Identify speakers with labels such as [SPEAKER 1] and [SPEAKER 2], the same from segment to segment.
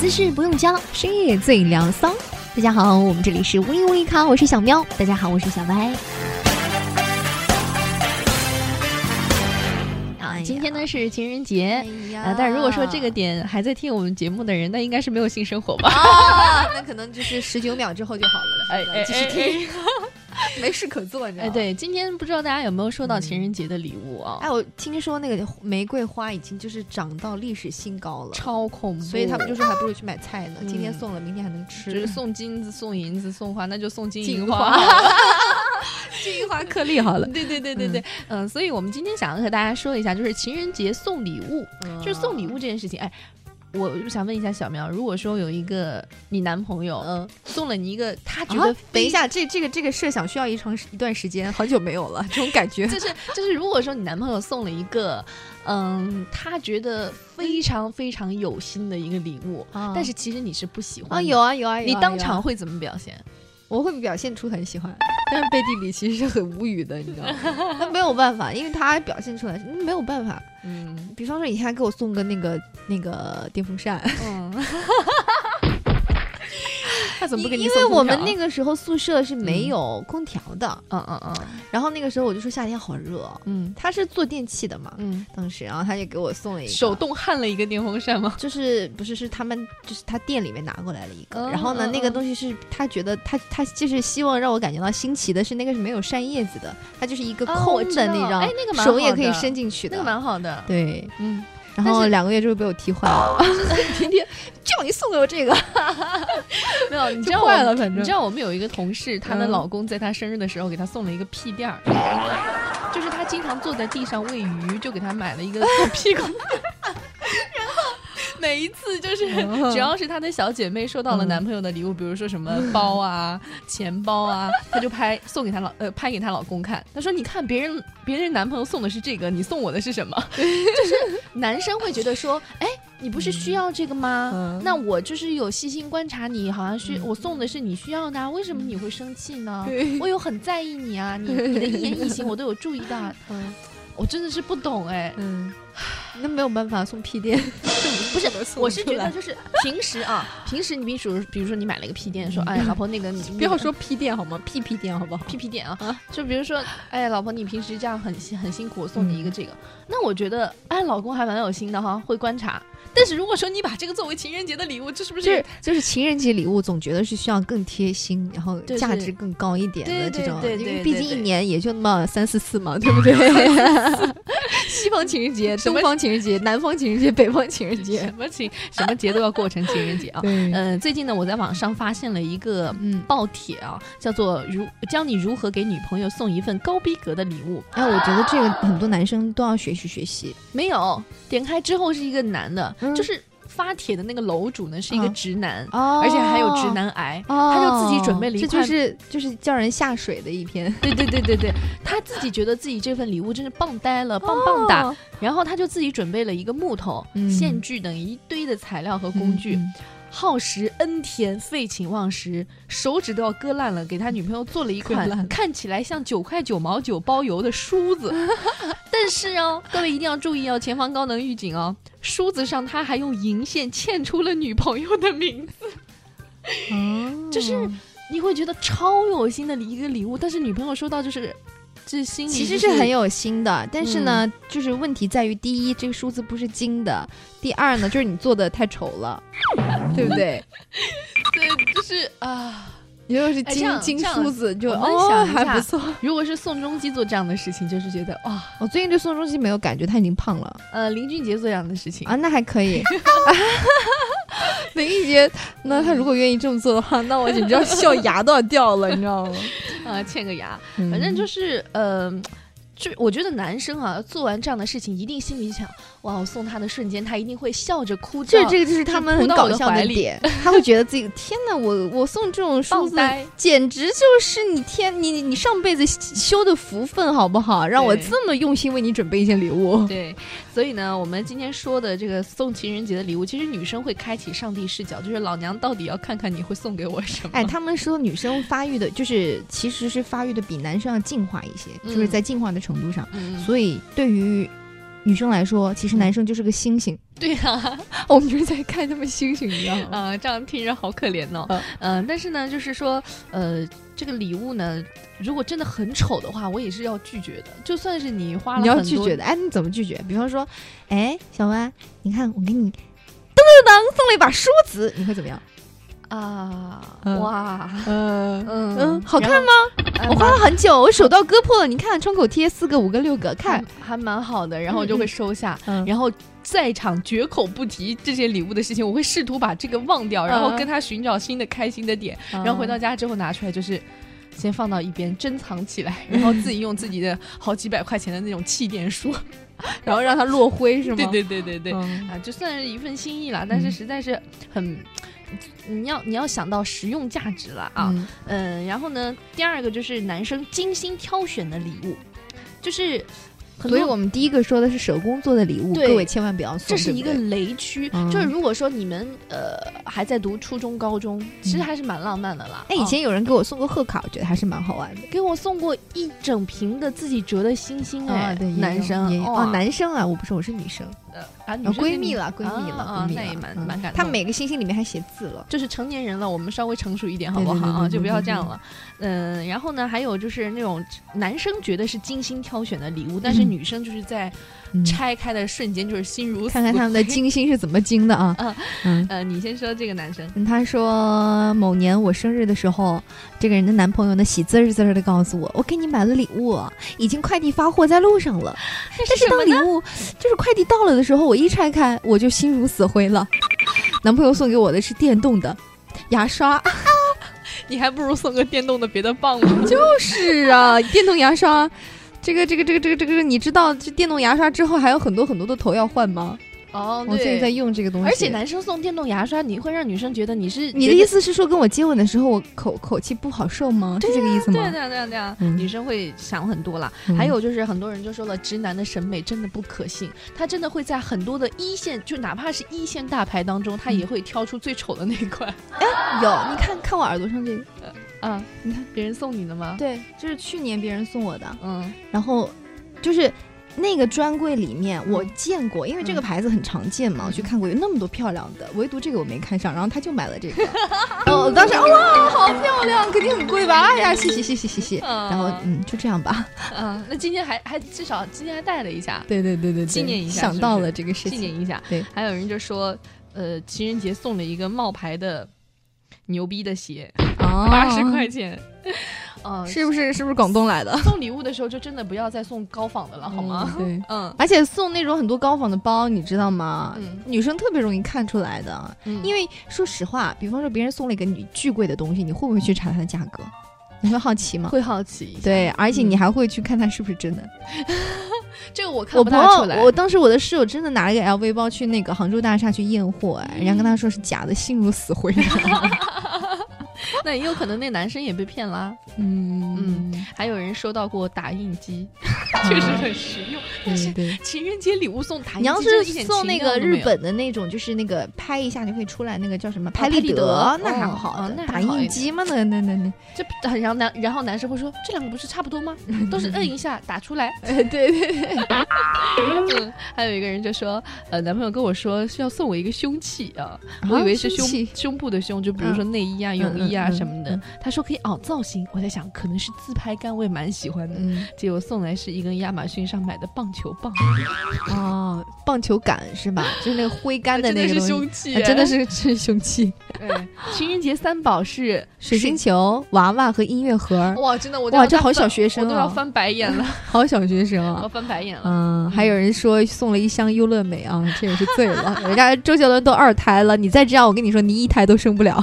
[SPEAKER 1] 姿势不用教，
[SPEAKER 2] 深夜最疗骚。大家好，我们这里是微微咖，我是小喵。大家好，我是小白。
[SPEAKER 1] 哎呀
[SPEAKER 3] 啊今天呢是情人节。啊
[SPEAKER 1] 啊，
[SPEAKER 3] 但如果说这个点还在听我们节目的人，那应该是没有性生活吧？
[SPEAKER 1] 啊，那可能就是十九秒之后就好了，
[SPEAKER 3] 哎哎
[SPEAKER 1] 继续
[SPEAKER 3] 哎
[SPEAKER 1] 听， 没事可做，你知道
[SPEAKER 3] 哎，
[SPEAKER 1] 吗？。
[SPEAKER 3] 对，今天不知道大家有没有收
[SPEAKER 1] 嗯
[SPEAKER 3] 到情人节的礼物啊？
[SPEAKER 1] 哎，我听说那个玫瑰花已经就是涨到历史新高了，
[SPEAKER 3] 超恐怖！
[SPEAKER 1] 所以他们就说还不如去买菜呢。今天
[SPEAKER 3] 嗯
[SPEAKER 1] 送了，明天还能吃。
[SPEAKER 3] 就是送金子、送银子、送花，那就送金
[SPEAKER 1] 金
[SPEAKER 3] 银
[SPEAKER 1] 花
[SPEAKER 3] 花。
[SPEAKER 1] 金银花颗粒好了，
[SPEAKER 3] 对对对对对，嗯、所以我们今天想要和大家说一下，就是情人节送礼物，
[SPEAKER 1] 嗯
[SPEAKER 3] 就是送礼物这件事情。哎，我就想问一下小苗，如果说有一个你男朋友、
[SPEAKER 1] 嗯，
[SPEAKER 3] 送了你一个他觉
[SPEAKER 1] 觉
[SPEAKER 3] 得、
[SPEAKER 1] 得啊等一，下，这这个这个设想需要一长时一段时间，好久没有了，这种感觉。 嗯
[SPEAKER 3] 就是就是，如果说你男朋友送了一个，嗯，他觉得
[SPEAKER 1] 嗯
[SPEAKER 3] 非常非常有心的一个礼物，但
[SPEAKER 1] 但
[SPEAKER 3] 是其实你是不喜欢
[SPEAKER 1] 嗯啊，
[SPEAKER 3] 的
[SPEAKER 1] 有啊有啊，有啊
[SPEAKER 3] 你当
[SPEAKER 1] 有啊
[SPEAKER 3] 场会怎么表现？
[SPEAKER 1] 我会表现出很喜欢，但是背地里其实是很无语的，你 知道吗？那没有办法，因为他表现出来嗯没有办法。
[SPEAKER 3] 嗯
[SPEAKER 1] 比方说以前还给我送个那个那个电风 扇，
[SPEAKER 3] 嗯， 他怎么不给你
[SPEAKER 1] 因
[SPEAKER 3] 送
[SPEAKER 1] 为我
[SPEAKER 3] 空
[SPEAKER 1] 们
[SPEAKER 3] 调啊
[SPEAKER 1] 那个时候宿舍是没有空调的，
[SPEAKER 3] 嗯嗯嗯
[SPEAKER 1] 然后那个时候我就说夏天好热，哦
[SPEAKER 3] 嗯
[SPEAKER 1] 他是做电器的嘛，
[SPEAKER 3] 嗯，
[SPEAKER 1] 当时然后他就给我送了一个
[SPEAKER 3] 手。动焊了一个电风扇吗？
[SPEAKER 1] 就是不是是他们就是他店里面拿过来了一个，
[SPEAKER 3] 嗯
[SPEAKER 1] 然后呢，
[SPEAKER 3] 嗯
[SPEAKER 1] 那个
[SPEAKER 3] 嗯
[SPEAKER 1] 东西是他觉得他他就是希望让我感觉到新奇的是那个是没有扇叶子的，它就是一个
[SPEAKER 3] 哦我
[SPEAKER 1] 空
[SPEAKER 3] 知
[SPEAKER 1] 的
[SPEAKER 3] 道
[SPEAKER 1] 那张，
[SPEAKER 3] 哎那个蛮
[SPEAKER 1] 手也
[SPEAKER 3] 好
[SPEAKER 1] 可以
[SPEAKER 3] 的
[SPEAKER 1] 伸进去的，
[SPEAKER 3] 那个蛮好的，
[SPEAKER 1] 对。
[SPEAKER 3] 嗯，
[SPEAKER 1] 然
[SPEAKER 3] 但
[SPEAKER 1] 后
[SPEAKER 3] 是
[SPEAKER 1] 两个月之后被我踢坏 了，天天叫你送给我这个，
[SPEAKER 3] 没有，你知
[SPEAKER 1] 就
[SPEAKER 3] 道我
[SPEAKER 1] 坏了反正
[SPEAKER 3] 你知道我们有一个同事，她的
[SPEAKER 1] 嗯
[SPEAKER 3] 老公在她生日的时候给她送了一个屁垫儿，就是她经常坐在地上喂鱼，就给她买了一个 做屁股。然后每一次就是，
[SPEAKER 1] 嗯
[SPEAKER 3] 只要是她的小姐妹收到了
[SPEAKER 1] 嗯
[SPEAKER 3] 男朋友的礼物，比如说什么包啊、钱包啊，她就拍 送给她老呃拍给她老公看，她说：“你看别人别人男朋友送的是这个，你送我的是什么？” 就是男生会觉得说：“哎，你不是需要这个吗？”
[SPEAKER 1] 嗯
[SPEAKER 3] 那我就是有细心观察你，好像是、
[SPEAKER 1] 嗯
[SPEAKER 3] 我送的是你需要的啊，为什么你会生气呢？
[SPEAKER 1] 对
[SPEAKER 3] 我有很在意你啊，你你的一言一行我都有注意到啊，
[SPEAKER 1] 嗯
[SPEAKER 3] 我真的是不懂哎，
[SPEAKER 1] 嗯，那没有办法送屁 垫，
[SPEAKER 3] 不是
[SPEAKER 1] 怎么。 送
[SPEAKER 3] 我是
[SPEAKER 1] 出
[SPEAKER 3] 觉得
[SPEAKER 1] 来
[SPEAKER 3] 就是平时啊，平时你比如比如说你买了一个屁垫，说哎老婆那个你
[SPEAKER 1] 不要说屁垫好吗？屁屁垫好不好？
[SPEAKER 3] 屁屁垫啊，就比如说哎老婆你平时这样很辛很辛苦，我送你一
[SPEAKER 1] 嗯
[SPEAKER 3] 个这个，那我觉得哎老公还蛮有心的哈，会观察。但是如果说你把这个作为情人节的礼物，这是不
[SPEAKER 1] 就是就是情人节礼物，总觉得是需要更贴心，然后
[SPEAKER 3] 就是
[SPEAKER 1] 价值更高一点的这种，呃
[SPEAKER 3] 对对对
[SPEAKER 1] 因为
[SPEAKER 3] 对
[SPEAKER 1] 毕竟一
[SPEAKER 3] 对
[SPEAKER 1] 年也就那么三四次嘛，对不 对？西方情人节、
[SPEAKER 3] 什
[SPEAKER 1] 东
[SPEAKER 3] 么
[SPEAKER 1] 方情人节、南方情人节、北方情人节
[SPEAKER 3] 什，么情什么节都要过成情人节啊？
[SPEAKER 1] 对，
[SPEAKER 3] 嗯、最近呢，我在网上发现了一个
[SPEAKER 1] 嗯，
[SPEAKER 3] 报帖啊，叫做如教你如何给女朋友送一份高逼格的礼物。
[SPEAKER 1] 哎，我觉得这个很多男生都要学习学习，
[SPEAKER 3] 没有，点开之后是一个男的，
[SPEAKER 1] 嗯
[SPEAKER 3] 就是发帖的那个楼主呢是一个
[SPEAKER 1] 嗯
[SPEAKER 3] 直男，
[SPEAKER 1] 哦
[SPEAKER 3] 而且还有直。男癌。
[SPEAKER 1] 哦，
[SPEAKER 3] 他就自己准备了一
[SPEAKER 1] 这
[SPEAKER 3] 块
[SPEAKER 1] 就是就是叫人下水的一篇，
[SPEAKER 3] 对对对对对，他自己觉得自己这份礼物真是棒呆了，棒棒哒。
[SPEAKER 1] 哦
[SPEAKER 3] 然后他就自己准备了一个木头、
[SPEAKER 1] 嗯
[SPEAKER 3] 线锯等一堆的材料和工具，
[SPEAKER 1] 嗯
[SPEAKER 3] 耗时 n 天，废寝忘食，手指都要割烂了，给他女朋友做了一
[SPEAKER 1] 割烂
[SPEAKER 3] 款看起来像九块九毛九包邮的梳 子。但是哦，各位一定要注意哦，前方高能预警哦，梳子上他还用银线嵌出了女朋友的名字，
[SPEAKER 1] 嗯
[SPEAKER 3] 就是你会觉得超有心的一个礼物，但是女朋友收到就是。这心里
[SPEAKER 1] 其
[SPEAKER 3] 就嗯
[SPEAKER 1] 实是很有心的，但是呢，就是问题在于，第一，这个梳子不是金的；第二呢，就是你做的太丑了，对不 对？
[SPEAKER 3] 对，就是啊，
[SPEAKER 1] 你又是金
[SPEAKER 3] 哎这样
[SPEAKER 1] 金
[SPEAKER 3] 这样
[SPEAKER 1] 梳子，就
[SPEAKER 3] 我们
[SPEAKER 1] 哦
[SPEAKER 3] 想一
[SPEAKER 1] 还
[SPEAKER 3] 下
[SPEAKER 1] 不错。
[SPEAKER 3] 如果是宋仲基做这样的事情，就是觉得哇、
[SPEAKER 1] 我最近对宋仲基没有感觉，他已经胖了
[SPEAKER 3] 呃，林俊杰做这样的事情
[SPEAKER 1] 啊，那还可 以。 林俊杰，那他如果愿意这么做的话，那我简直要 笑牙都要掉了，你知道吗？嗯
[SPEAKER 3] 啊，嵌个牙，
[SPEAKER 1] 反
[SPEAKER 3] 反正就是是，呃，就我觉得男生啊，做完这样的事情，一定心里想，哇，我送他的瞬间，他一定会笑着哭
[SPEAKER 1] 这
[SPEAKER 3] 叫，
[SPEAKER 1] 这个就是他们很
[SPEAKER 3] 扑到我
[SPEAKER 1] 搞
[SPEAKER 3] 的
[SPEAKER 1] 笑
[SPEAKER 3] 怀
[SPEAKER 1] 的
[SPEAKER 3] 里
[SPEAKER 1] 点，他会觉得自己天哪，我我送这种梳
[SPEAKER 3] 棒
[SPEAKER 1] 子
[SPEAKER 3] 呆
[SPEAKER 1] 简直就是你天你你上辈子修的福分好不好？让我
[SPEAKER 3] 对
[SPEAKER 1] 这么用心为你准备一件礼 物。
[SPEAKER 3] 对，所以呢，我们今天说的这个送情人节的礼物，其实女生会开启上帝视角，就是老娘到底要看看你会送给我什么。
[SPEAKER 1] 哎，他们说女生发育的，就是其实是发育的比男生要进化一些，就是
[SPEAKER 3] 嗯
[SPEAKER 1] 在进化的程度上。
[SPEAKER 3] 嗯，嗯
[SPEAKER 1] 所以对于女生来说，其实男生就是个星星，
[SPEAKER 3] 对啊，
[SPEAKER 1] 我们就是在看他们星星一样。
[SPEAKER 3] 啊、这样听着好可怜哦。嗯
[SPEAKER 1] 嗯、
[SPEAKER 3] 但是呢，就是说，呃，这个礼物呢，如果真的很丑的话，我也是要拒绝的。就算是你花了
[SPEAKER 1] 你要
[SPEAKER 3] 很
[SPEAKER 1] 拒
[SPEAKER 3] 多
[SPEAKER 1] 绝的，哎，你怎么拒绝？比方说，哎，小歪，你看我给你噔噔噔送了一把梳子，你会怎么样？
[SPEAKER 3] 啊，
[SPEAKER 1] 嗯
[SPEAKER 3] 哇，
[SPEAKER 1] 嗯
[SPEAKER 3] 嗯
[SPEAKER 1] 嗯，好看吗？
[SPEAKER 3] 然后
[SPEAKER 1] 我花了很久，我手都要割破了。你看创口贴四个、五个、六个，
[SPEAKER 3] 还
[SPEAKER 1] 看，
[SPEAKER 3] 还蛮好的，然后我就会收下。
[SPEAKER 1] 嗯
[SPEAKER 3] 然后在场绝口不提这些礼物的事情，我会试图把这个忘掉，
[SPEAKER 1] 嗯
[SPEAKER 3] 然后跟他寻找新的开心的点，
[SPEAKER 1] 然
[SPEAKER 3] 然后回到家之后拿出来就是。先放到一边珍藏起来，然后自己用自己的好几百块钱的那种气垫梳，
[SPEAKER 1] 然后让它落灰 是吗？
[SPEAKER 3] 对对对对对，
[SPEAKER 1] 嗯
[SPEAKER 3] 啊，就算是一份心意啦，但是
[SPEAKER 1] 嗯
[SPEAKER 3] 实在是很，你要你要想到实用价值了啊，
[SPEAKER 1] 嗯
[SPEAKER 3] 嗯，然后呢，第二个就是男生精心挑选的礼物，就是很
[SPEAKER 1] 所以
[SPEAKER 3] 多
[SPEAKER 1] 我们第一个说的是手工做的礼物，
[SPEAKER 3] 对
[SPEAKER 1] 各位千万不要送，
[SPEAKER 3] 这是一
[SPEAKER 1] 对
[SPEAKER 3] 个
[SPEAKER 1] 不对
[SPEAKER 3] 雷区，
[SPEAKER 1] 嗯
[SPEAKER 3] 就是如果说你们呃还在读初中、高中，其实还是蛮浪漫的啦。
[SPEAKER 1] 嗯哎，以前有人给我送过贺卡，我觉得还是蛮好玩的。
[SPEAKER 3] 啊给我送过一整瓶的自己折的星星哎，
[SPEAKER 1] 哦对，
[SPEAKER 3] 男生
[SPEAKER 1] 也有
[SPEAKER 3] 哦
[SPEAKER 1] 哦，男生啊，我不是，我是女生，
[SPEAKER 3] 呃啊女
[SPEAKER 1] 啊
[SPEAKER 3] 生是
[SPEAKER 1] 闺
[SPEAKER 3] 你
[SPEAKER 1] 蜜了，闺蜜
[SPEAKER 3] 啊
[SPEAKER 1] 了，
[SPEAKER 3] 啊
[SPEAKER 1] 闺蜜
[SPEAKER 3] 那也
[SPEAKER 1] 了
[SPEAKER 3] 蛮
[SPEAKER 1] 嗯
[SPEAKER 3] 蛮感
[SPEAKER 1] 他
[SPEAKER 3] 动
[SPEAKER 1] 每个星星里面还写字了，
[SPEAKER 3] 就是成年人了，我们稍微成熟一点好不
[SPEAKER 1] 对对
[SPEAKER 3] 好
[SPEAKER 1] 对对
[SPEAKER 3] 啊？
[SPEAKER 1] 对
[SPEAKER 3] 就不要这样了。嗯，然后呢，还有就是那种男生觉得是精心挑选的礼物，但是
[SPEAKER 1] 嗯
[SPEAKER 3] 女生就是在
[SPEAKER 1] 嗯
[SPEAKER 3] 拆开的瞬间就是心如死
[SPEAKER 1] 看看他们的
[SPEAKER 3] 灰
[SPEAKER 1] 精心是怎么精的啊
[SPEAKER 3] 啊。
[SPEAKER 1] 嗯，
[SPEAKER 3] 呃，你先说这个男 生，
[SPEAKER 1] 嗯他说某年我生日的时候，这个人的男朋友呢喜滋儿滋儿的告诉我，我给你买了礼物，已经快递发货在路上了。但是当礼物就是快递到了的时候，我一拆开我就心如死灰了。男朋友送给我的是电动的牙刷，
[SPEAKER 3] 你还不如送个电动的别的棒呢。就
[SPEAKER 1] 就是啊，电动牙刷。这个这个这个这个这个，你知道这电动牙刷之后还有很多很多的头要换吗？
[SPEAKER 3] 哦，
[SPEAKER 1] 我最近在
[SPEAKER 3] 对。
[SPEAKER 1] 用这个东西。
[SPEAKER 3] 而且男生送电动牙刷，你会让女生觉得你是
[SPEAKER 1] 你的
[SPEAKER 3] 觉得
[SPEAKER 1] 意思是说跟我接吻的时候我口口气不好受吗？是这个意思吗？
[SPEAKER 3] 对对对对啊，
[SPEAKER 1] 嗯
[SPEAKER 3] 女生会想很多啦。
[SPEAKER 1] 嗯
[SPEAKER 3] 还有就是很多人就说了，直男的审美真的不可信，他真的会在很多的一线，就哪怕是一线大牌当中，他也会挑出最丑的那一 款。
[SPEAKER 1] 有，你看看我耳朵上这个，
[SPEAKER 3] 啊，你看别人送你的吗？
[SPEAKER 1] 嗯对，就是去年别人送我的，
[SPEAKER 3] 嗯，
[SPEAKER 1] 然后就是那个专柜里面我见过，因为这个
[SPEAKER 3] 嗯
[SPEAKER 1] 牌子很常见嘛，我去看过，有那么多漂亮的，唯独这个我没看上，然后他就买了这 个，哦，我当时哇，好漂亮，肯定很贵吧？哎呀，谢谢谢谢谢谢，
[SPEAKER 3] 然
[SPEAKER 1] 然后嗯，就这样吧，
[SPEAKER 3] 啊，那今天还还至少今天还带了一下，
[SPEAKER 1] 对对对对对，
[SPEAKER 3] 纪念一下
[SPEAKER 1] 想
[SPEAKER 3] 是不
[SPEAKER 1] 到
[SPEAKER 3] 是
[SPEAKER 1] 了这个事
[SPEAKER 3] 纪念
[SPEAKER 1] 情，
[SPEAKER 3] 一下。
[SPEAKER 1] 对
[SPEAKER 3] 还有人就说，呃，情人节送了一个冒牌的牛逼的鞋，八
[SPEAKER 1] 八
[SPEAKER 3] 十、块钱。嗯，
[SPEAKER 1] 哦是不是是不是广东来的？
[SPEAKER 3] 送礼物的时候就真的不要再送高仿的了，哦好吗？
[SPEAKER 1] 嗯？对。
[SPEAKER 3] 嗯
[SPEAKER 1] 而且送那种很多高仿的包，你知道吗？
[SPEAKER 3] 嗯
[SPEAKER 1] 女生特别容易看出来的，
[SPEAKER 3] 嗯，
[SPEAKER 1] 因为说实话，比方说别人送了一个你巨贵的东西，你会不会去查它的价格？你会好奇吗？
[SPEAKER 3] 会好奇一下。
[SPEAKER 1] 对，而且
[SPEAKER 3] 嗯
[SPEAKER 1] 你还会去看它是不是真的。
[SPEAKER 3] 这个我看
[SPEAKER 1] 我
[SPEAKER 3] 不
[SPEAKER 1] 朋
[SPEAKER 3] 大出
[SPEAKER 1] 友，
[SPEAKER 3] 来。
[SPEAKER 1] 我当时我的室友真的拿了一个 LV 包去那个杭州大厦去验货，哎，人家跟他说是假的，心如死灰。
[SPEAKER 3] 那也有可能那男生也被骗 啦。
[SPEAKER 1] 嗯嗯，
[SPEAKER 3] 还有人收到过打印机， 确实很实用。但
[SPEAKER 1] 对
[SPEAKER 3] 是
[SPEAKER 1] 对。
[SPEAKER 3] 情人节礼物送打印机，
[SPEAKER 1] 嗯你要
[SPEAKER 3] 真的
[SPEAKER 1] 是
[SPEAKER 3] 一点
[SPEAKER 1] 送
[SPEAKER 3] 情
[SPEAKER 1] 那
[SPEAKER 3] 调
[SPEAKER 1] 个
[SPEAKER 3] 都没
[SPEAKER 1] 日
[SPEAKER 3] 有哦
[SPEAKER 1] 本的那种，就是那个拍一下就会出来那个叫什么拍
[SPEAKER 3] 拍立
[SPEAKER 1] 立
[SPEAKER 3] 得
[SPEAKER 1] 那还
[SPEAKER 3] 哦
[SPEAKER 1] 好
[SPEAKER 3] 哦
[SPEAKER 1] 的
[SPEAKER 3] 那，
[SPEAKER 1] 打
[SPEAKER 3] 还好一
[SPEAKER 1] 印
[SPEAKER 3] 点
[SPEAKER 1] 机嘛，那那那那，
[SPEAKER 3] 这然后男然后男生会说这两个不是差不多吗？
[SPEAKER 1] 嗯
[SPEAKER 3] 都是摁一下打出来。
[SPEAKER 1] 哎 对对对，
[SPEAKER 3] 嗯，还有一个人就说，呃，男朋友跟我说是要送我一个凶器啊，我以为是
[SPEAKER 1] 啊
[SPEAKER 3] 胸
[SPEAKER 1] 生气
[SPEAKER 3] 胸部的胸，就比如说内衣啊、泳衣啊
[SPEAKER 1] 嗯嗯
[SPEAKER 3] 什么的
[SPEAKER 1] 嗯。
[SPEAKER 3] 他说可以凹造型，我在想可能是自拍杆，我也蛮喜欢的。
[SPEAKER 1] 嗯
[SPEAKER 3] 结果送来是一根亚马逊上买的棒球棒，
[SPEAKER 1] 哦，棒球杆是吧？就是那个挥杆的
[SPEAKER 3] 真的
[SPEAKER 1] 那个东
[SPEAKER 3] 是
[SPEAKER 1] 西。
[SPEAKER 3] 凶器
[SPEAKER 1] 啊
[SPEAKER 3] 哎，
[SPEAKER 1] 真的是是凶器，
[SPEAKER 3] 对。嗯情人节三宝是
[SPEAKER 1] 水晶球、娃娃和音乐盒儿，
[SPEAKER 3] 哇，真的我都
[SPEAKER 1] 哇，
[SPEAKER 3] 要
[SPEAKER 1] 这
[SPEAKER 3] 翻
[SPEAKER 1] 好小学
[SPEAKER 3] 我
[SPEAKER 1] 生
[SPEAKER 3] 都要
[SPEAKER 1] 啊，
[SPEAKER 3] 翻白眼了，
[SPEAKER 1] 好小学生
[SPEAKER 3] 我要
[SPEAKER 1] 啊。
[SPEAKER 3] 翻白眼了。
[SPEAKER 1] 嗯，还有人说送了一箱优乐美啊，这也是醉了。 人家周杰伦都二胎了，你再这样，我跟你说，你一胎都生不了。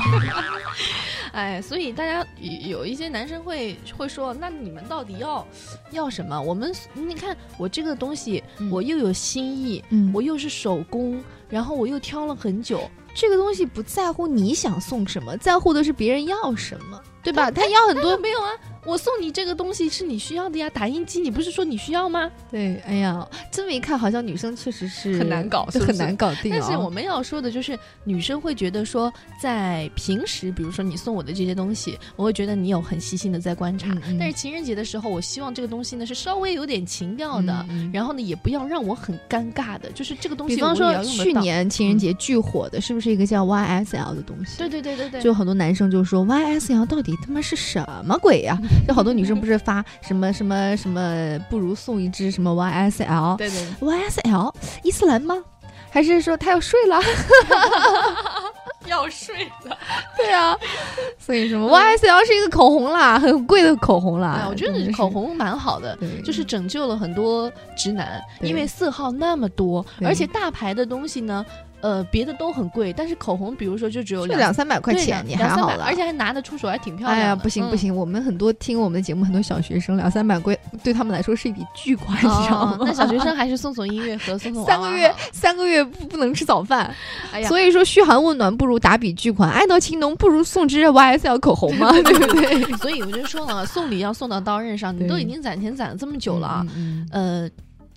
[SPEAKER 3] 哎，所以大家有有一些男生会会说，那你们到底要要什么？我们你看我这个东西，
[SPEAKER 1] 嗯
[SPEAKER 3] 我又有新意，
[SPEAKER 1] 嗯
[SPEAKER 3] 我又是手工，然后我又挑了很久，
[SPEAKER 1] 这个东西不在乎你想送什么，在乎的是别人要什么，对吧？他要很
[SPEAKER 3] 那
[SPEAKER 1] 多
[SPEAKER 3] 没有啊。我送你这个东西是你需要的呀，打印机你不是说你需要吗？
[SPEAKER 1] 对，哎呀，这么一看，好像女生确实是
[SPEAKER 3] 很难搞
[SPEAKER 1] 就是
[SPEAKER 3] 不
[SPEAKER 1] 很
[SPEAKER 3] 是
[SPEAKER 1] 难搞定、啊
[SPEAKER 3] 但是我们要说的就是，女生会觉得说，在平时，比如说你送我的这些东西，我会觉得你有很细心的在观察。
[SPEAKER 1] 嗯嗯
[SPEAKER 3] 但是情人节的时候，我希望这个东西呢是稍微有点情调的，
[SPEAKER 1] 嗯嗯
[SPEAKER 3] 然后呢也不要让我很尴尬的，就是这个东西
[SPEAKER 1] 比方
[SPEAKER 3] 我也
[SPEAKER 1] 说
[SPEAKER 3] 要用得
[SPEAKER 1] 去
[SPEAKER 3] 到，嗯
[SPEAKER 1] 年情人节巨火的，是不是一个叫 YSL 的东西？
[SPEAKER 3] 对对对对对，
[SPEAKER 1] 就很多男生就说 YSL 到底他妈是什么鬼 呀、就好多女生不是发什么什么什么，不如送一支什么 YSL，YSL
[SPEAKER 3] 对对，
[SPEAKER 1] 伊斯兰吗？还是说他要睡了？
[SPEAKER 3] 要睡了。
[SPEAKER 1] 对啊， 嗯所以什么 YSL 是一个口红啦，很贵的口红啦
[SPEAKER 3] 哎，。我觉
[SPEAKER 1] 啊真的是
[SPEAKER 3] 得口，红蛮好的。
[SPEAKER 1] 对，
[SPEAKER 3] 就是拯救了很多直男，
[SPEAKER 1] 对
[SPEAKER 3] 因为色号那么多，
[SPEAKER 1] 对
[SPEAKER 3] 而且大牌的东西呢，呃，别的都很贵，但是口红，比如说就只有
[SPEAKER 1] 就
[SPEAKER 3] 两
[SPEAKER 1] 两三百块
[SPEAKER 3] 对
[SPEAKER 1] 钱，你
[SPEAKER 3] 两
[SPEAKER 1] 还
[SPEAKER 3] 三
[SPEAKER 1] 好
[SPEAKER 3] 百
[SPEAKER 1] 啦
[SPEAKER 3] 而且还拿得出手，还挺漂亮
[SPEAKER 1] 哎
[SPEAKER 3] 的。
[SPEAKER 1] 呀，不行不
[SPEAKER 3] 嗯，
[SPEAKER 1] 行，我们很多听我们的节目，很多小学生两三百块，对他们来说是一笔巨款，你知道吗？
[SPEAKER 3] 哦那小学生还是送送音乐盒，送送娃
[SPEAKER 1] 三
[SPEAKER 3] 娃
[SPEAKER 1] 个月
[SPEAKER 3] 好，
[SPEAKER 1] 三个月不不能吃早 饭，
[SPEAKER 3] 哎呀，
[SPEAKER 1] 所以说嘘寒问暖不如打笔巨款，爱到青浓不如送支 YSL 口红 嘛，对不对？
[SPEAKER 3] 所以我就说了，送礼要送到刀刃上，你都
[SPEAKER 1] 对
[SPEAKER 3] 已经攒钱攒了这么久了啊，
[SPEAKER 1] 嗯，嗯嗯
[SPEAKER 3] 呃，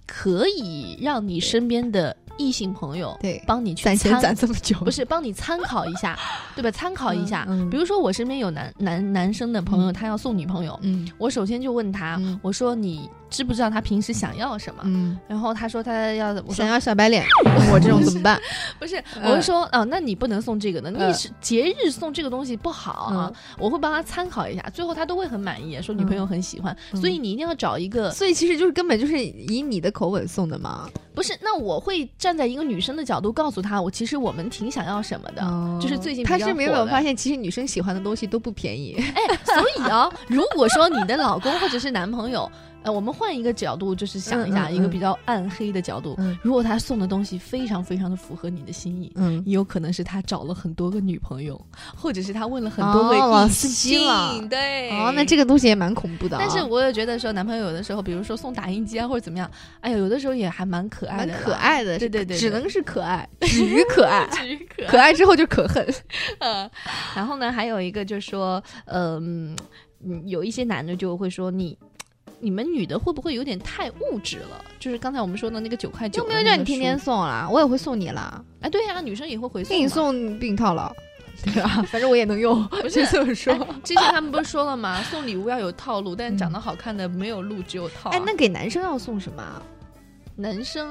[SPEAKER 3] 可以让你身边的异性朋友
[SPEAKER 1] 对，
[SPEAKER 3] 帮你去
[SPEAKER 1] 攒钱
[SPEAKER 3] 参
[SPEAKER 1] 攒这么久，
[SPEAKER 3] 不是帮你参考一下，对吧？参考一下，
[SPEAKER 1] 嗯嗯
[SPEAKER 3] 比如说我身边有男男男生的朋友，
[SPEAKER 1] 嗯
[SPEAKER 3] 他要送女朋友，
[SPEAKER 1] 嗯
[SPEAKER 3] 我首先就问他，
[SPEAKER 1] 嗯
[SPEAKER 3] 我说你知不知道他平时想要什么？
[SPEAKER 1] 嗯，
[SPEAKER 3] 然后他说他要，我说
[SPEAKER 1] 想要小白脸，我这种怎么办？
[SPEAKER 3] 不是，
[SPEAKER 1] 嗯
[SPEAKER 3] 我会说，哦，那你不能送这个的，你
[SPEAKER 1] 嗯
[SPEAKER 3] 是节日送这个东西不好啊。我会帮他参考一下，最后他都会很满意，说女朋友很喜欢，
[SPEAKER 1] 嗯
[SPEAKER 3] 所以你一定要找一个
[SPEAKER 1] 所以其实就是根本就是以你的口吻送的嘛，
[SPEAKER 3] 不是。那我会站在一个女生的角度告诉他，我其实我们挺想要什么的。
[SPEAKER 1] 哦
[SPEAKER 3] 就是最近比
[SPEAKER 1] 他
[SPEAKER 3] 较
[SPEAKER 1] 是没有
[SPEAKER 3] 火的
[SPEAKER 1] 发现，其实女生喜欢的东西都不便 宜，
[SPEAKER 3] 所以啊，如果说你的老公或者是男朋友， 呃，我们换一个角度，就是想一下
[SPEAKER 1] 嗯嗯嗯
[SPEAKER 3] 一个比较暗黑的角度，
[SPEAKER 1] 嗯
[SPEAKER 3] 如果他送的东西非常非常的符合你的心意。
[SPEAKER 1] 嗯。
[SPEAKER 3] 也有可能是他找了很多个女朋友，或者是他问了很
[SPEAKER 1] 哦
[SPEAKER 3] 多个
[SPEAKER 1] 往
[SPEAKER 3] 异
[SPEAKER 1] 死
[SPEAKER 3] 性，
[SPEAKER 1] 机了
[SPEAKER 3] 对。
[SPEAKER 1] 哦，那这个东西也蛮恐怖的啊、
[SPEAKER 3] 但是我也觉得说，男朋友有的时候，比如说送打印机啊，或者怎么样，哎呀，有的时候也还蛮可爱
[SPEAKER 1] 蛮
[SPEAKER 3] 的啦，
[SPEAKER 1] 可爱的，
[SPEAKER 3] 对对对对，
[SPEAKER 1] 只能是可 爱，止于可爱
[SPEAKER 3] 至于可爱。
[SPEAKER 1] 可爱之后就可恨。
[SPEAKER 3] 嗯 然后呢，还有一个就是说，嗯、嗯有一些男的就会说你。你们女的会不会有点太物质了？就是刚才我们说的那个九块 九，
[SPEAKER 1] 就没有叫你天天送啦，我也会送你啦，
[SPEAKER 3] 哎，对呀、女生也会回送嘛。
[SPEAKER 1] 给你送避孕套 了，对吧？反正我也能用，
[SPEAKER 3] 不
[SPEAKER 1] 就是哎这么说。
[SPEAKER 3] 之前他们不是说了吗？送礼物要有套路，但
[SPEAKER 1] 嗯
[SPEAKER 3] 长得好看的没有路，只有套啊、
[SPEAKER 1] 哎，那给男生要送什么啊？
[SPEAKER 3] 男生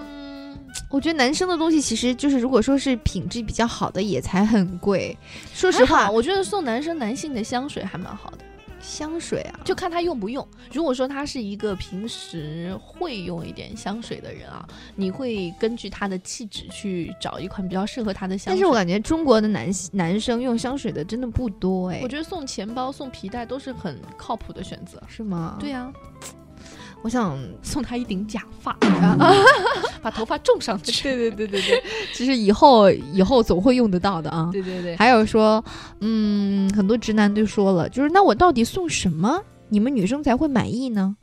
[SPEAKER 1] 我觉得男生的东西其实就是，如果说是品质比较好的，也才很贵。说实
[SPEAKER 3] 还
[SPEAKER 1] 话
[SPEAKER 3] 好，我觉得送男生男性的香水还蛮好的，
[SPEAKER 1] 香水啊，
[SPEAKER 3] 就看他用不用。如果说他是一个平时会用一点香水的人啊，你会根据他的气质去找一款比较适合他的香水。
[SPEAKER 1] 但是我感觉中国的男男生用香水的真的不多哎
[SPEAKER 3] 我，觉得送钱包、送皮带都是很靠谱的选择。
[SPEAKER 1] 是吗？
[SPEAKER 3] 对，呀、啊
[SPEAKER 1] 我想，
[SPEAKER 3] 送他一顶假发， 把头发种上去。对对对对对
[SPEAKER 1] 就是以后以后总会用得到的啊。
[SPEAKER 3] 对对对。
[SPEAKER 1] 还有说，嗯，很多直男都说了，就是那我到底送什么，你们女生才会满意呢？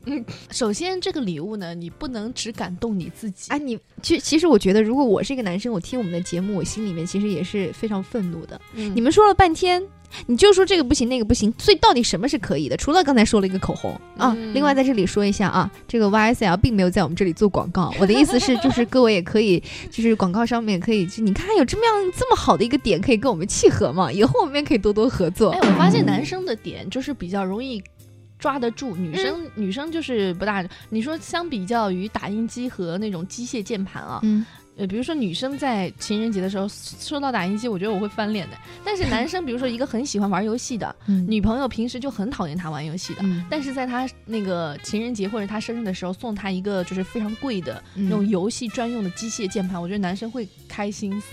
[SPEAKER 3] 首先，这个礼物呢，你不能只感动你自己。
[SPEAKER 1] 啊，你其其实我觉得，如果我是一个男生，我听我们的节目，我心里面其实也是非常愤怒的。
[SPEAKER 3] 嗯
[SPEAKER 1] 你们说了半天，你就说这个不行，那个不行，所以到底什么是可以的？除了刚才说了一个口红啊，
[SPEAKER 3] 嗯
[SPEAKER 1] 另外在这里说一下啊，这个 YSL 并没有在我们这里做广告。我的意思是，就是各位也可以，就是广告上面也可以，就你看有这么样这么好的一个点可以跟我们契合嘛，以后我们也可以多多合作
[SPEAKER 3] 哎，。我发现男生的点就是比较容易抓得住，
[SPEAKER 1] 嗯
[SPEAKER 3] 女生、女生就是不大。你说相比较于打印机和那种机械键盘啊，
[SPEAKER 1] 嗯，
[SPEAKER 3] 呃，比如说女生在情人节的时候收到打印机，我觉得我会翻脸的。但 是男生，比如说一个很喜欢玩游戏的
[SPEAKER 1] 你
[SPEAKER 3] 女朋友，平时就很讨厌他玩游戏的。
[SPEAKER 1] 嗯
[SPEAKER 3] 但是在他那个情人节或者他生日的时候，送他一个就是非常贵的那
[SPEAKER 1] 那
[SPEAKER 3] 种游戏专用的机械键盘，我觉得男生会开心死。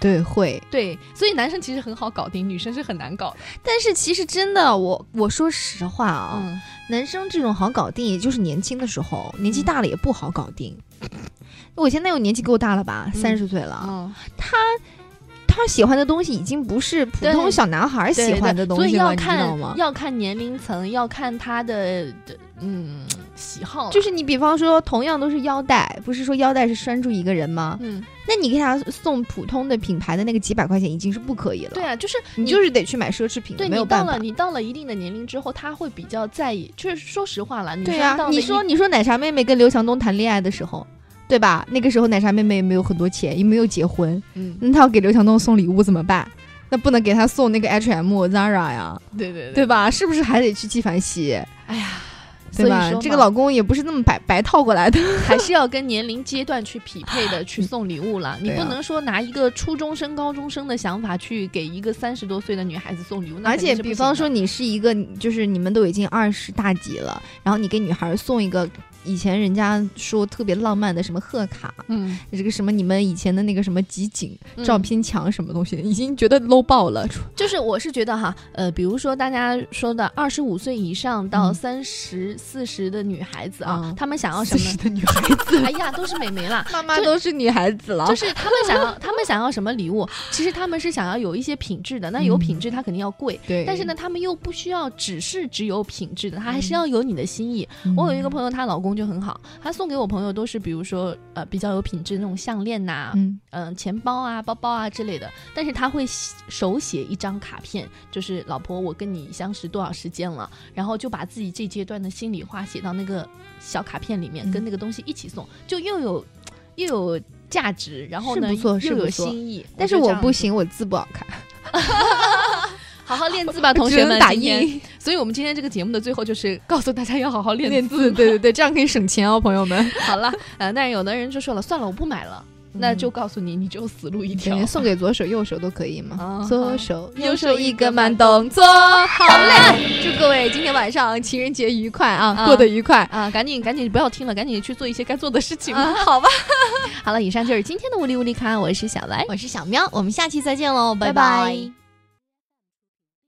[SPEAKER 1] 对会
[SPEAKER 3] 对，所以男生其实很好搞定，女生是很难搞的。
[SPEAKER 1] 但是其实真的，我我说实话啊、
[SPEAKER 3] 嗯，
[SPEAKER 1] 男生这种好搞定，也就是年轻的时候，年纪
[SPEAKER 3] 嗯
[SPEAKER 1] 大了也不好搞定。我前男友年纪够大了吧，
[SPEAKER 3] 嗯
[SPEAKER 1] 三十岁了啊、
[SPEAKER 3] 嗯
[SPEAKER 1] 他喜欢的东西已经不是普通
[SPEAKER 3] 对
[SPEAKER 1] 小男孩
[SPEAKER 3] 对
[SPEAKER 1] 喜欢的
[SPEAKER 3] 对
[SPEAKER 1] 东
[SPEAKER 3] 所以
[SPEAKER 1] 西了，
[SPEAKER 3] 要
[SPEAKER 1] 你知道
[SPEAKER 3] 看
[SPEAKER 1] 吗？
[SPEAKER 3] 要看年龄层，要看他的的嗯喜好了，
[SPEAKER 1] 就是你比方说同样都是腰带，不是说腰带是拴住一个人吗？
[SPEAKER 3] 嗯，
[SPEAKER 1] 那你给他送普通的品牌的那个几百块钱已经是不可以了，
[SPEAKER 3] 对啊，就是
[SPEAKER 1] 你就是得去买奢侈品的，
[SPEAKER 3] 对
[SPEAKER 1] 没
[SPEAKER 3] 你
[SPEAKER 1] 有
[SPEAKER 3] 到
[SPEAKER 1] 办法
[SPEAKER 3] 了。你到了一定的年龄之后，他会比较在意。就是说实话啦，女
[SPEAKER 1] 对
[SPEAKER 3] 生
[SPEAKER 1] 啊
[SPEAKER 3] 到，了
[SPEAKER 1] 你
[SPEAKER 3] 一
[SPEAKER 1] 说你说奶茶妹妹跟刘强东谈恋爱的时候，对吧？那个时候奶茶妹妹也没有很多钱，也没有结婚，
[SPEAKER 3] 嗯，
[SPEAKER 1] 那她要给刘强东送礼物怎么办？那不能给他送那个 H&M、Zara 呀，
[SPEAKER 3] 对对
[SPEAKER 1] 对？吧？是不是还得去纪梵希？
[SPEAKER 3] 哎呀，所
[SPEAKER 1] 对
[SPEAKER 3] 以
[SPEAKER 1] 吧
[SPEAKER 3] 说？
[SPEAKER 1] 这个
[SPEAKER 3] 嘛
[SPEAKER 1] 老公也不是那么白白套过来的。
[SPEAKER 3] 还是要跟年龄阶段去匹配的去送礼物啦。你
[SPEAKER 1] 对啊
[SPEAKER 3] 不能说拿一个初中生、高中生的想法去给一个三十多岁的女孩子送 礼物，那
[SPEAKER 1] 而
[SPEAKER 3] 肯定
[SPEAKER 1] 且，
[SPEAKER 3] 是不
[SPEAKER 1] 比
[SPEAKER 3] 行
[SPEAKER 1] 方
[SPEAKER 3] 的
[SPEAKER 1] 说你是一个，就是你们都已经二十大几了，然后你给女孩送一个以前人家说特别浪漫的什么贺卡，
[SPEAKER 3] 嗯，
[SPEAKER 1] 这个什么你们以前的那个什么集锦、
[SPEAKER 3] 嗯
[SPEAKER 1] 照片墙什么东西的，已经觉得 low 爆了。
[SPEAKER 3] 就是我是觉得哈，呃，比如说大家说的二十五岁以上到
[SPEAKER 1] 嗯
[SPEAKER 3] 三十四十的女孩子啊
[SPEAKER 1] 啊，
[SPEAKER 3] 她们想要什
[SPEAKER 1] 四
[SPEAKER 3] 么
[SPEAKER 1] 十？的女孩子，
[SPEAKER 3] 哎呀，都是美 眉啦。
[SPEAKER 1] 妈妈
[SPEAKER 3] 就
[SPEAKER 1] 都是女孩子了
[SPEAKER 3] 就。是她们想要，她们想要什么礼物？其实她们是想要有一些品质的，那有品质她肯定要贵，
[SPEAKER 1] 嗯对
[SPEAKER 3] 但是呢，，她们又不需要只是只有品质的，她还是
[SPEAKER 1] 嗯
[SPEAKER 3] 要有你的心意。我有一个
[SPEAKER 1] 友，
[SPEAKER 3] 朋友，她老公就很好，她送给我朋友都是比如说呃比较有品质的那种项链呐、嗯、
[SPEAKER 1] 嗯，
[SPEAKER 3] 钱包啊、包包啊之类的，但是她会写手写一张卡片，就是老婆，我跟你相识多少时间了，然后就把自己这阶段的心里话写到那个小卡片里面，
[SPEAKER 1] 嗯
[SPEAKER 3] 跟那个东西一起送，就又有又有价值，然后
[SPEAKER 1] 是
[SPEAKER 3] 呢
[SPEAKER 1] 不错是
[SPEAKER 3] 又
[SPEAKER 1] 不
[SPEAKER 3] 有
[SPEAKER 1] 错
[SPEAKER 3] 心意。
[SPEAKER 1] 但是
[SPEAKER 3] 就这
[SPEAKER 1] 我
[SPEAKER 3] 样
[SPEAKER 1] 不
[SPEAKER 3] 子，
[SPEAKER 1] 行，我字不好看，
[SPEAKER 3] 好 好练字吧， 同
[SPEAKER 1] 只
[SPEAKER 3] 学
[SPEAKER 1] 能
[SPEAKER 3] 们。
[SPEAKER 1] 打
[SPEAKER 3] 今天，
[SPEAKER 1] 印
[SPEAKER 3] 所以我们今天这个节目的最后就是告诉大家要好好练
[SPEAKER 1] 练字。对对对，这样可以省钱哦，朋友们。
[SPEAKER 3] 好了，呃，但是有的人就说了，算了，我不买了，那就告诉你，你只有死路一条。
[SPEAKER 1] 嗯 对送给左手、右手都可以
[SPEAKER 3] 啊
[SPEAKER 1] 吗？左手、
[SPEAKER 3] 好
[SPEAKER 1] 嗯右手一个慢动作，好嘞！祝各位今天晚上情人节愉快
[SPEAKER 3] 啊
[SPEAKER 1] 啊，过得愉快。
[SPEAKER 3] 啊，赶紧赶紧不要听了，赶紧去做一些该做的事情吧。
[SPEAKER 1] 啊，好吧，
[SPEAKER 3] 好了，以上就是今天的无力无力咖，我是小白，
[SPEAKER 2] 我是小喵，我们下期再见喽，
[SPEAKER 3] 拜
[SPEAKER 2] 拜拜
[SPEAKER 3] 拜